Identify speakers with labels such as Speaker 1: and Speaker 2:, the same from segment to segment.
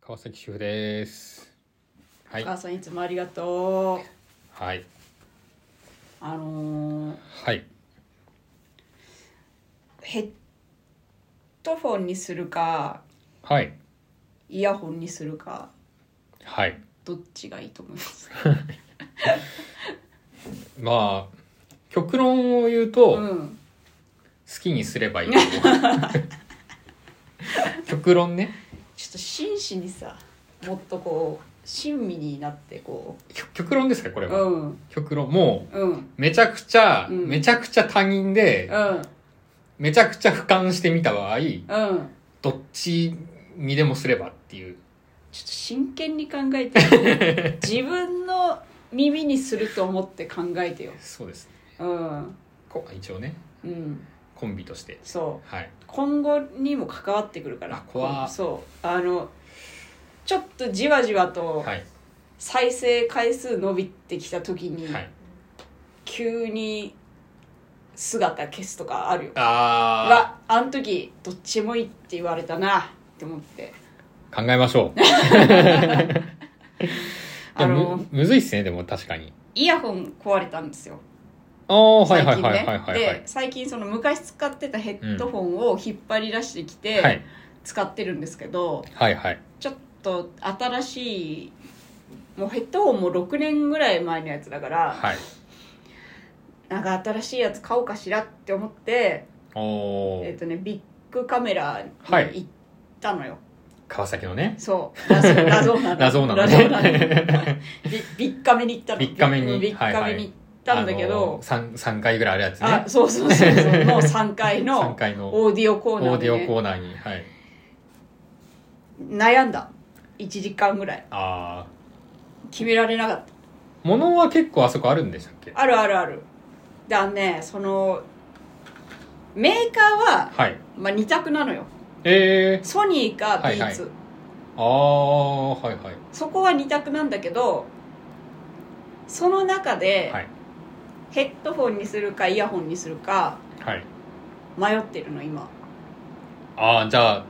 Speaker 1: 川崎主婦です。はい
Speaker 2: お。母さんいつもありがとう
Speaker 1: はい。
Speaker 2: あのー
Speaker 1: はい。
Speaker 2: ヘッドフォンにするか
Speaker 1: はい。
Speaker 2: イヤホンにするか
Speaker 1: はい。
Speaker 2: どっちがいいと思います
Speaker 1: まあ、極論を言うと、
Speaker 2: う
Speaker 1: 好
Speaker 2: ん
Speaker 1: きにすればいいと思う。 極論ね。
Speaker 2: ちょっと真摯にさもっとこう親身になってこ
Speaker 1: 極極論ですか、これ
Speaker 2: うう
Speaker 1: は。
Speaker 2: ん
Speaker 1: 極論。も
Speaker 2: うんうん
Speaker 1: う、めちゃくちゃ、
Speaker 2: うん
Speaker 1: めちゃくちゃ他人で、めちゃくちゃ俯瞰してみた場合、
Speaker 2: うん
Speaker 1: どっちにでもすればっていう。
Speaker 2: ちょっと真剣に考え て自分の耳にすると思って考えてよ
Speaker 1: そうですね。
Speaker 2: うん
Speaker 1: こ一応ね、
Speaker 2: うん
Speaker 1: コンビとして。
Speaker 2: そう
Speaker 1: はい。
Speaker 2: 今後にも関わってくるから
Speaker 1: あ怖っ
Speaker 2: そうあのちょっとじわじわと
Speaker 1: はい。
Speaker 2: 再生回数伸びてきた時に、
Speaker 1: はい。
Speaker 2: 急に姿消すとかあるよう
Speaker 1: あー。
Speaker 2: わあん時どっちもいいって言われたなって思って
Speaker 1: 考えましょう。
Speaker 2: あ
Speaker 1: で
Speaker 2: の
Speaker 1: もむむずいっすね、でも確かに。
Speaker 2: イヤホン壊れたんですよ
Speaker 1: ああ、はい
Speaker 2: 最
Speaker 1: はい
Speaker 2: 近
Speaker 1: はいはい
Speaker 2: ね
Speaker 1: はいはい
Speaker 2: で。最近その昔使ってたヘッドホンを引っ張り出してき
Speaker 1: は
Speaker 2: て
Speaker 1: い
Speaker 2: 使ってるんですけど、
Speaker 1: はいはい。
Speaker 2: ちょっと新しいもうヘッドホンも6年ぐらい前のやつだから、
Speaker 1: はい。
Speaker 2: なんか新しいやつ買おうかしらって思って
Speaker 1: お
Speaker 2: えっ、
Speaker 1: お。
Speaker 2: とねビッグカメラに
Speaker 1: はい
Speaker 2: 行ったのよ、
Speaker 1: 川崎のね。
Speaker 2: そ うラゾラゾーナ
Speaker 1: ラゾーナの
Speaker 2: ラ
Speaker 1: ね
Speaker 2: ゾー ナのビビッカメに行ったの
Speaker 1: ビッカメに
Speaker 2: ビッカメに行ったんだけ
Speaker 1: あの
Speaker 2: ど、
Speaker 1: 三三回ぐらいあるやつ
Speaker 2: あ
Speaker 1: ね。
Speaker 2: そうそうそうそうの3階
Speaker 1: 三
Speaker 2: の
Speaker 1: 回のオ
Speaker 2: オーディオコーナ
Speaker 1: ー
Speaker 2: ー
Speaker 1: デ
Speaker 2: で、
Speaker 1: ィオ
Speaker 2: ね、
Speaker 1: コーナーに。はい。
Speaker 2: 悩んだ1時間ぐらい
Speaker 1: ああ。
Speaker 2: 決められなかった
Speaker 1: 物は結構あそこあるんでしたっけ。
Speaker 2: あるあるあるであのねそのメーカーは、
Speaker 1: はい。
Speaker 2: まあ、2択なのよ
Speaker 1: ええー。
Speaker 2: ソニーかビーツ、
Speaker 1: はああはいはい
Speaker 2: そこは2択なんだけどその中で、
Speaker 1: はい
Speaker 2: ヘッドフォンにするかイヤホンにするか
Speaker 1: はい。
Speaker 2: 迷ってるの今
Speaker 1: ああじゃあ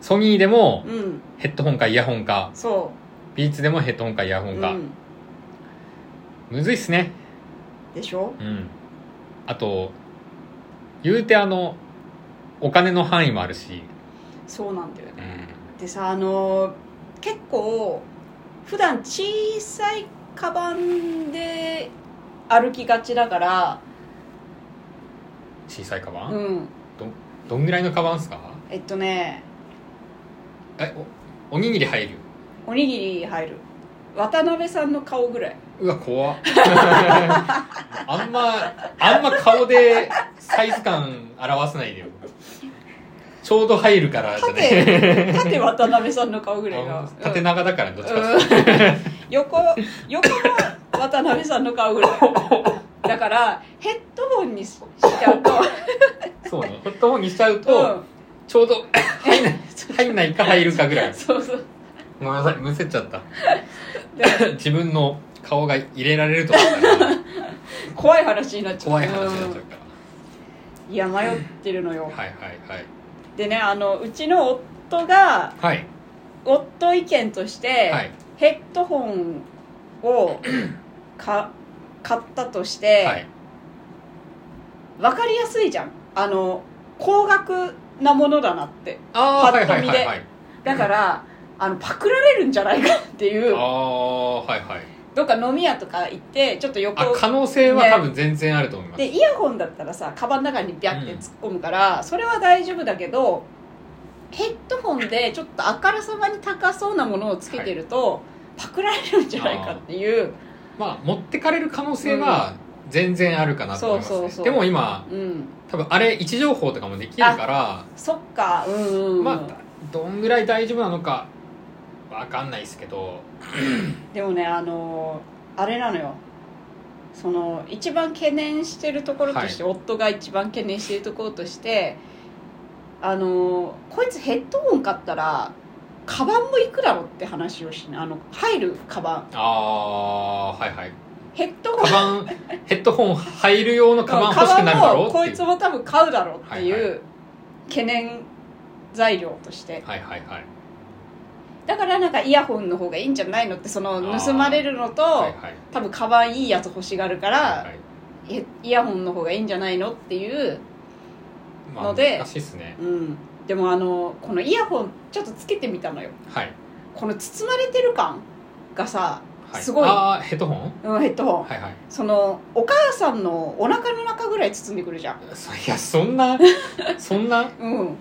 Speaker 1: ソニーでも
Speaker 2: うん
Speaker 1: ヘッドホンかイヤホンか、
Speaker 2: そ
Speaker 1: ビーツでもヘッドホンかイヤホ
Speaker 2: う、う
Speaker 1: ンか。
Speaker 2: ん、
Speaker 1: むずいっすね。
Speaker 2: でしょ
Speaker 1: うん、あと言うてあのお金の範囲もあるし、
Speaker 2: そうなんだよね
Speaker 1: うん、
Speaker 2: でさあの結構普段小さいカバンで歩きがちだから
Speaker 1: 小さいカバン、
Speaker 2: うん
Speaker 1: どんぐらいのカバンっすか
Speaker 2: えっとね
Speaker 1: えおおにぎり入る
Speaker 2: おにぎり入る渡辺さんの顔ぐらいう
Speaker 1: わ怖 っあんまあんま顔でサイズ感表さないでよちょうど入るからじゃない
Speaker 2: 縦縦渡辺さんの顔ぐらいが
Speaker 1: あ縦長だからどっちかっす
Speaker 2: うん横横の渡辺さんの顔ぐらいだからヘッドホンにしちゃうと、
Speaker 1: そうねヘッドホンにしちゃうと、
Speaker 2: うん、
Speaker 1: ちょ うど入んない入んないか入るかぐらい
Speaker 2: そうそう
Speaker 1: ごめんなさいむせっちゃった
Speaker 2: だから
Speaker 1: 自分の顔が入れられると思ったら
Speaker 2: 怖い話になっちゃう
Speaker 1: 怖い話になっちゃうから、
Speaker 2: うんいや迷ってるのよ
Speaker 1: はいはい
Speaker 2: でねあのうちの夫が
Speaker 1: はいはい
Speaker 2: 夫意見として、
Speaker 1: はい
Speaker 2: ヘッドホンをか買ったとして、
Speaker 1: はい
Speaker 2: 分かりやすいじゃんあの高額なものだなって
Speaker 1: あー
Speaker 2: パ
Speaker 1: は
Speaker 2: ッ
Speaker 1: い
Speaker 2: と
Speaker 1: はい
Speaker 2: 見
Speaker 1: は
Speaker 2: で
Speaker 1: いはい
Speaker 2: だからあのパクられるんじゃないかってい
Speaker 1: あ
Speaker 2: う
Speaker 1: ーはいはい
Speaker 2: どっか飲み屋とか行ってちょっと横
Speaker 1: あ可能性は多分全然あると思います、
Speaker 2: でイヤホンだったらさカバンの中にビャって突っ込むから、それは大丈夫だけどヘッドホンでちょっとあからさまに高そうなものをつけてると、パクられるんじゃないかっていう、
Speaker 1: まあ持ってかれる可能性は全然あるかなと思います、ね
Speaker 2: そうそうそう
Speaker 1: でも今
Speaker 2: うん、
Speaker 1: 多分あれ位置情報とかもできるから
Speaker 2: そっかうんうんうん、
Speaker 1: まあどんぐらい大丈夫なのかわかんないですけど
Speaker 2: でもねあのーあれなのよその一番懸念してるところとして、夫が一番懸念してるところとしてあのーこいつヘッドホン買ったらカバンもいくらろって話をしなあの入るカバン
Speaker 1: ああはいはい
Speaker 2: ヘッドホン
Speaker 1: カバ ンヘッドホン入る用のカバン欲しくなるだろう
Speaker 2: も
Speaker 1: っていう
Speaker 2: こいつも多分買うだろうってい
Speaker 1: はいは
Speaker 2: う懸念材料として
Speaker 1: はいはいはい
Speaker 2: だからなんかイヤホンの方がいいんじゃないのってその盗まれるのと、
Speaker 1: はいはい
Speaker 2: 多分カバンいいやつ欲しがるから、
Speaker 1: はい
Speaker 2: えイヤホンの方がいいんじゃないのっていう、
Speaker 1: まあ
Speaker 2: ので
Speaker 1: 難しいっすね
Speaker 2: うん、でもあのこのイヤホンちょっとつけてみたのよ
Speaker 1: はい
Speaker 2: この包まれてる感がさ、
Speaker 1: はい
Speaker 2: すごい、
Speaker 1: ああヘッドホン
Speaker 2: うん、ヘッドホン、
Speaker 1: はいはい
Speaker 2: そのお母さんのお腹の中ぐらい包んでくるじゃん
Speaker 1: そいやそん なそんな
Speaker 2: うん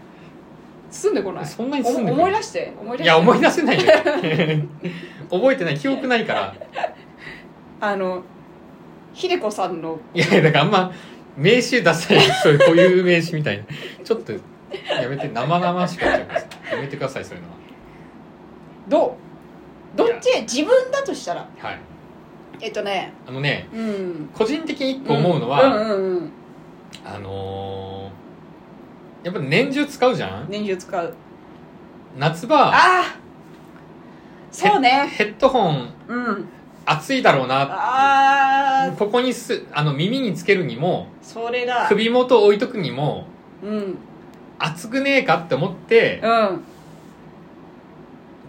Speaker 2: 包んでこない
Speaker 1: そんなに住んで
Speaker 2: お
Speaker 1: く
Speaker 2: 思い
Speaker 1: る
Speaker 2: 出して思い出して
Speaker 1: いや思い出せないよ 覚えてない記憶ないから
Speaker 2: あの秀子さんの
Speaker 1: いやだからあんま名刺出さないそういうこういう名刺みたいなちょっとやめて生々しくなっちゃいますやめてくださいそういうのは
Speaker 2: どうどっち自分だとしたら
Speaker 1: はい
Speaker 2: えっとね
Speaker 1: あのね
Speaker 2: うん
Speaker 1: 個人的に一個思うのは、
Speaker 2: うんうんうん
Speaker 1: あのーやっぱ年中使うじゃん
Speaker 2: 年中使う
Speaker 1: 夏場
Speaker 2: ああそうね
Speaker 1: ヘッドホン
Speaker 2: うん
Speaker 1: 暑いだろうな
Speaker 2: ああ
Speaker 1: ここにすあの耳につけるにも
Speaker 2: それだ
Speaker 1: 首元置いとくにも
Speaker 2: うんうん
Speaker 1: 暑くねえかって思って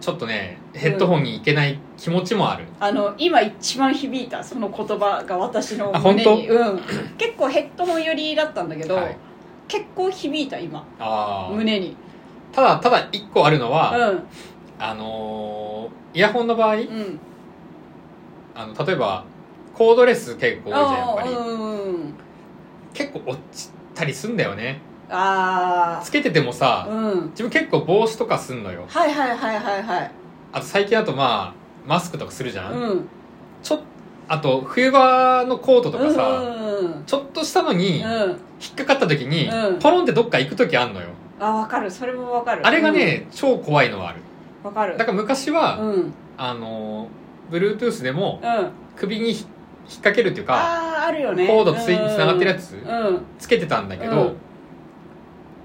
Speaker 1: ちょっとねヘッドホンに行けない気持ちもある、
Speaker 2: あの今一番響いたその言葉が私の
Speaker 1: あ本
Speaker 2: 胸
Speaker 1: 当
Speaker 2: に、うん、結構ヘッドホン寄りだったんだけど、
Speaker 1: はい
Speaker 2: 結構響いた今
Speaker 1: あー
Speaker 2: 胸に
Speaker 1: ただただ一個あるの
Speaker 2: う
Speaker 1: は、
Speaker 2: ん
Speaker 1: あのーイヤホンの場合
Speaker 2: うん
Speaker 1: あの例えばコードレス結構多いじゃんやっ
Speaker 2: あ
Speaker 1: ぱ
Speaker 2: あ
Speaker 1: り
Speaker 2: うん
Speaker 1: 結構落ちたりすんだよね
Speaker 2: あ
Speaker 1: つけててもさ、
Speaker 2: あうん
Speaker 1: 自分結構帽子とかすんのよ
Speaker 2: はいはいはいはいはい
Speaker 1: あと最近だとまあマスクとかするじゃん、
Speaker 2: うん
Speaker 1: ちょあと冬場のコートとかさ、
Speaker 2: うんうん
Speaker 1: ちょっとしたのに、
Speaker 2: うん
Speaker 1: 引っかかった時に、
Speaker 2: うん
Speaker 1: ポロンってどっか行く時あんのよ
Speaker 2: あわかるそれもわかる
Speaker 1: あれがね、超怖いのはある
Speaker 2: うんわ、かる
Speaker 1: だから昔は、
Speaker 2: うんうん
Speaker 1: あの Bluetooth でも
Speaker 2: あ
Speaker 1: 首にひ引っ掛けるっていうか
Speaker 2: あーあるよ
Speaker 1: コ
Speaker 2: ね
Speaker 1: ードついつ
Speaker 2: うん
Speaker 1: ながってるやつ
Speaker 2: うん
Speaker 1: つけてたんだけど、
Speaker 2: うん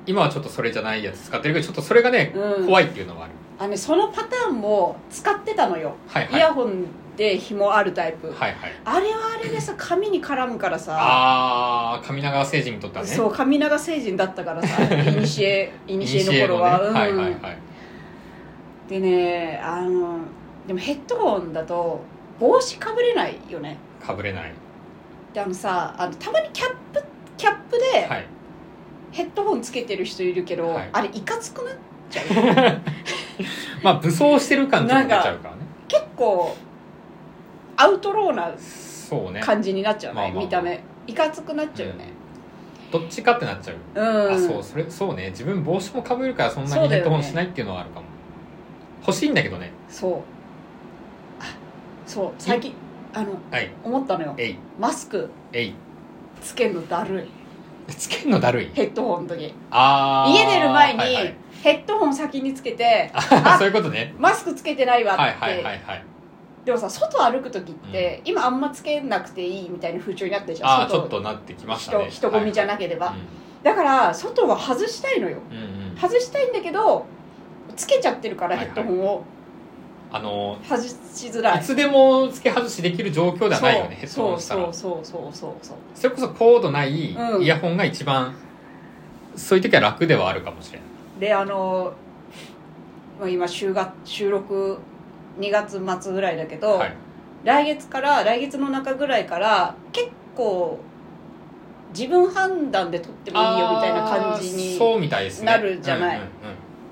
Speaker 1: 今はちょっとそれじゃないやつ使ってるけどちょっとそれがね、
Speaker 2: うん
Speaker 1: 怖いっていうのはある
Speaker 2: あのねそのパターンも使ってたのよ、
Speaker 1: はいは
Speaker 2: イ
Speaker 1: い
Speaker 2: ヤホンで紐あるタイプ、
Speaker 1: はいはい
Speaker 2: あれはあれでさ髪に絡むからさ
Speaker 1: ああ神永星人にとったね
Speaker 2: そう髪長成人だったから さいにしえいにしえの頃は、
Speaker 1: 古の
Speaker 2: うん
Speaker 1: ねはいはいはい
Speaker 2: でねあのでもヘッドホンだと帽子かぶれないよね
Speaker 1: かぶれない
Speaker 2: であのさあのたまにキャップキャップで
Speaker 1: はい
Speaker 2: ヘッドホンつけてる人いるけど、
Speaker 1: はい
Speaker 2: あれいかつくな
Speaker 1: まあ武装してる感ちょっと出ちゃうからね
Speaker 2: 結構アウトローな
Speaker 1: そうね
Speaker 2: 感じになっちゃうね、
Speaker 1: まあまあまあ
Speaker 2: 見た目いかつくなっちゃうよね
Speaker 1: どっちかってなっちゃう
Speaker 2: うん、
Speaker 1: あそうそれそうね自分帽子もかぶるからそんな
Speaker 2: そう
Speaker 1: に
Speaker 2: だ
Speaker 1: ヘ
Speaker 2: よね
Speaker 1: ッドホンしないっていうのはあるかも、欲しいんだけどね
Speaker 2: そうあそう最近あの
Speaker 1: はい
Speaker 2: 思ったのよ
Speaker 1: えい
Speaker 2: マスク
Speaker 1: えい
Speaker 2: つけるのだるい
Speaker 1: つけんのだるい
Speaker 2: ヘッドホンの時
Speaker 1: ああ
Speaker 2: 家出る前に
Speaker 1: はいはい
Speaker 2: ヘッドホン先につけて
Speaker 1: あそういうことね
Speaker 2: マスクつけてないわって、
Speaker 1: はいはいはいはい
Speaker 2: でもさ外歩く時って、今あんまつけなくていいみたいな風潮になってるじゃん
Speaker 1: ああち
Speaker 2: 外
Speaker 1: ょっとなってきました
Speaker 2: 人
Speaker 1: ね
Speaker 2: 人混みじゃなければ、
Speaker 1: はいはい
Speaker 2: だから外は外したいのよ
Speaker 1: うんうんうん
Speaker 2: 外したいんだけどつけちゃってるから
Speaker 1: はい
Speaker 2: ヘ
Speaker 1: は
Speaker 2: ッ
Speaker 1: い
Speaker 2: ドホンを
Speaker 1: あの
Speaker 2: 外しづらい、
Speaker 1: いつでも付け外しできる状況ではないよねヘッド
Speaker 2: そ
Speaker 1: ホ
Speaker 2: う
Speaker 1: ンしたら
Speaker 2: そうそうそうそうそう
Speaker 1: それこそコードない
Speaker 2: うん
Speaker 1: イヤホンが一番、そういう時は楽ではあるかもしれない
Speaker 2: であのまあ今収が収録2月末ぐらいだけど、
Speaker 1: はい
Speaker 2: 来月から来月の中ぐらいから結構自分判断で撮ってもいいよみたいな感じ
Speaker 1: あー
Speaker 2: に
Speaker 1: そうみたいですね
Speaker 2: なるじゃない
Speaker 1: うんうんうん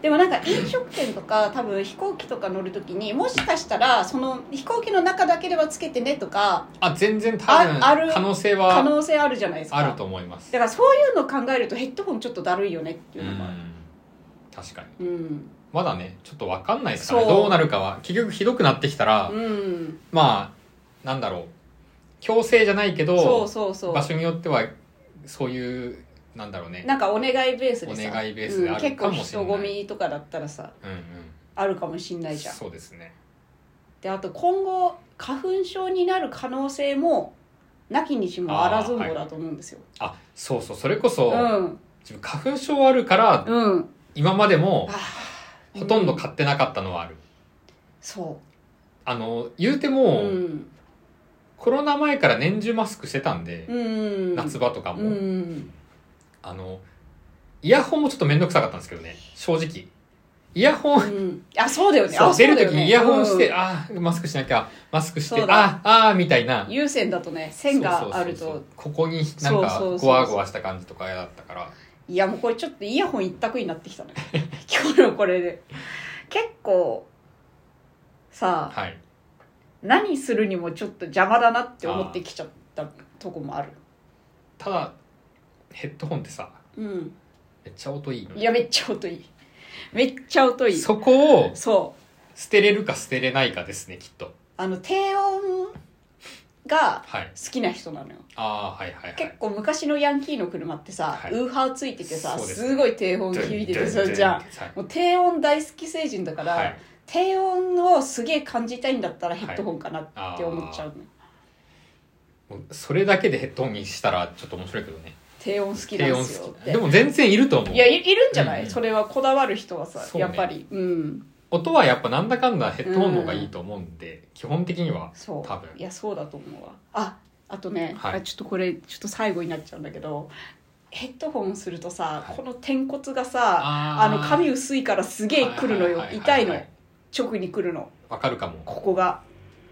Speaker 2: でもなんか飲食店とか多分飛行機とか乗る時にもしかしたらその飛行機の中だけではつけてねとか
Speaker 1: あ全然多分
Speaker 2: あある
Speaker 1: 可能性
Speaker 2: 可
Speaker 1: は
Speaker 2: 能性あるじゃないですか
Speaker 1: あると思います
Speaker 2: だからそういうの考えるとヘッドホンちょっとだるいよねって
Speaker 1: う
Speaker 2: いうのが
Speaker 1: ん確かに
Speaker 2: うん
Speaker 1: まだねちょっと分かんないですからね
Speaker 2: そう
Speaker 1: どうなるかは結局ひどくなってきたら、
Speaker 2: うん
Speaker 1: まあなんだろう強制じゃないけど
Speaker 2: そうそうそう
Speaker 1: 場所によってはそういうなんだろうね
Speaker 2: なんかお願いベースでさ
Speaker 1: お願いベースであるかもしれない
Speaker 2: うん結構人混みとかだったらさ
Speaker 1: うん
Speaker 2: あるかもしんな
Speaker 1: うん
Speaker 2: いじゃん
Speaker 1: そうですね
Speaker 2: であと今後花粉症になる可能性もなきにしもあらずもだと思うんですよ、
Speaker 1: あそうそうそれこそ、
Speaker 2: うん
Speaker 1: 自分花粉症あるから
Speaker 2: うん
Speaker 1: 今までも
Speaker 2: あ
Speaker 1: ほとんど
Speaker 2: うん
Speaker 1: 買ってなかったのはある、
Speaker 2: そ
Speaker 1: あの言うて
Speaker 2: うう
Speaker 1: も、
Speaker 2: ん
Speaker 1: コロナ前から年中マスクしてたんで、
Speaker 2: うん
Speaker 1: 夏場とかも、
Speaker 2: うん
Speaker 1: あのイヤホンもちょっと面倒くさかったんですけどね正直イヤホン
Speaker 2: うん、 あそうだよね
Speaker 1: そう
Speaker 2: あそ
Speaker 1: 出
Speaker 2: う
Speaker 1: る
Speaker 2: だ
Speaker 1: と
Speaker 2: よ
Speaker 1: き
Speaker 2: ね
Speaker 1: イヤホンして、
Speaker 2: うん
Speaker 1: あーマスクしなきゃマスクして
Speaker 2: そ
Speaker 1: あ
Speaker 2: うだ
Speaker 1: あーみたいな
Speaker 2: 有線だとね線があると
Speaker 1: そうそうそうそうここになんか
Speaker 2: そうそうそうそう
Speaker 1: ゴワゴワした感じとか嫌だったから
Speaker 2: いやもうこれちょっとイヤホン一択になってきたね 今日のこれで結構さあ
Speaker 1: はい
Speaker 2: 何するにもちょっと邪魔だなって思ってきちゃったとこもある
Speaker 1: ただヘッドホンってさ
Speaker 2: うん
Speaker 1: めっちゃ音いいの
Speaker 2: いやめっちゃ音いいめっちゃ音いい
Speaker 1: そこを
Speaker 2: そう
Speaker 1: 捨てれるか捨てれないかですねきっと
Speaker 2: あの低音が
Speaker 1: はい
Speaker 2: 好きな人なのよ
Speaker 1: ああはいはいは
Speaker 2: 結
Speaker 1: い
Speaker 2: 構昔のヤンキーの車ってさ、
Speaker 1: はい
Speaker 2: ウーハーついててさ
Speaker 1: そう
Speaker 2: す,、
Speaker 1: ですね
Speaker 2: ごい低音響いててそれじゃんもう低音大好き成人だから、
Speaker 1: はい
Speaker 2: 低音をすげえ感じたいんだったらヘッドホンかなって思っちゃうの、
Speaker 1: もうそれだけでヘッドホンにしたらちょっと面白いけどね
Speaker 2: 低音好きなん
Speaker 1: 低音
Speaker 2: ですよ
Speaker 1: 好
Speaker 2: っ
Speaker 1: き
Speaker 2: て
Speaker 1: でも全然いると思う
Speaker 2: いやいいるんじゃない、
Speaker 1: うん
Speaker 2: それはこだわる人はさ、
Speaker 1: そうね
Speaker 2: やっぱりうん
Speaker 1: 音はやっぱなんだかんだヘッドホンの方がいいと思うんで、基本的には
Speaker 2: そう
Speaker 1: 多分
Speaker 2: いやそうだと思うわああとね、
Speaker 1: はい
Speaker 2: あちょっとこれちょっと最後になっちゃうんだけどヘッドホンするとさ、
Speaker 1: はい
Speaker 2: この天骨がさあ
Speaker 1: あ
Speaker 2: の髪薄いからすげえくるのよ痛いの直にくるの
Speaker 1: わかるかも
Speaker 2: ここが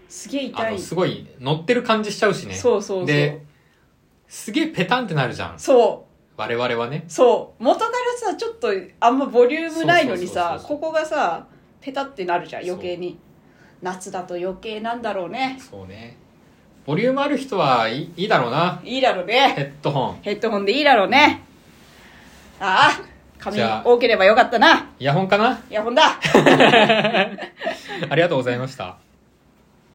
Speaker 2: すげえ痛
Speaker 1: あの
Speaker 2: い
Speaker 1: すごい乗ってる感じしちゃうしね
Speaker 2: そうそうそう
Speaker 1: ですげえペタンってなるじゃん
Speaker 2: そう
Speaker 1: 我々はね
Speaker 2: そう元からさちょっとあんまボリュームないのに
Speaker 1: そう
Speaker 2: さ
Speaker 1: そうそうそう
Speaker 2: ここがさペタってなるじゃん余計に夏だと余計なんだろうね
Speaker 1: そうねボリュームある人はいいいいだろうない
Speaker 2: いだろうね
Speaker 1: ヘッドホン
Speaker 2: ヘッドホンでいいだろうねああ髪
Speaker 1: じゃあ
Speaker 2: 多ければよかったな
Speaker 1: イヤホンかな
Speaker 2: イヤホンだ
Speaker 1: ありがとうございました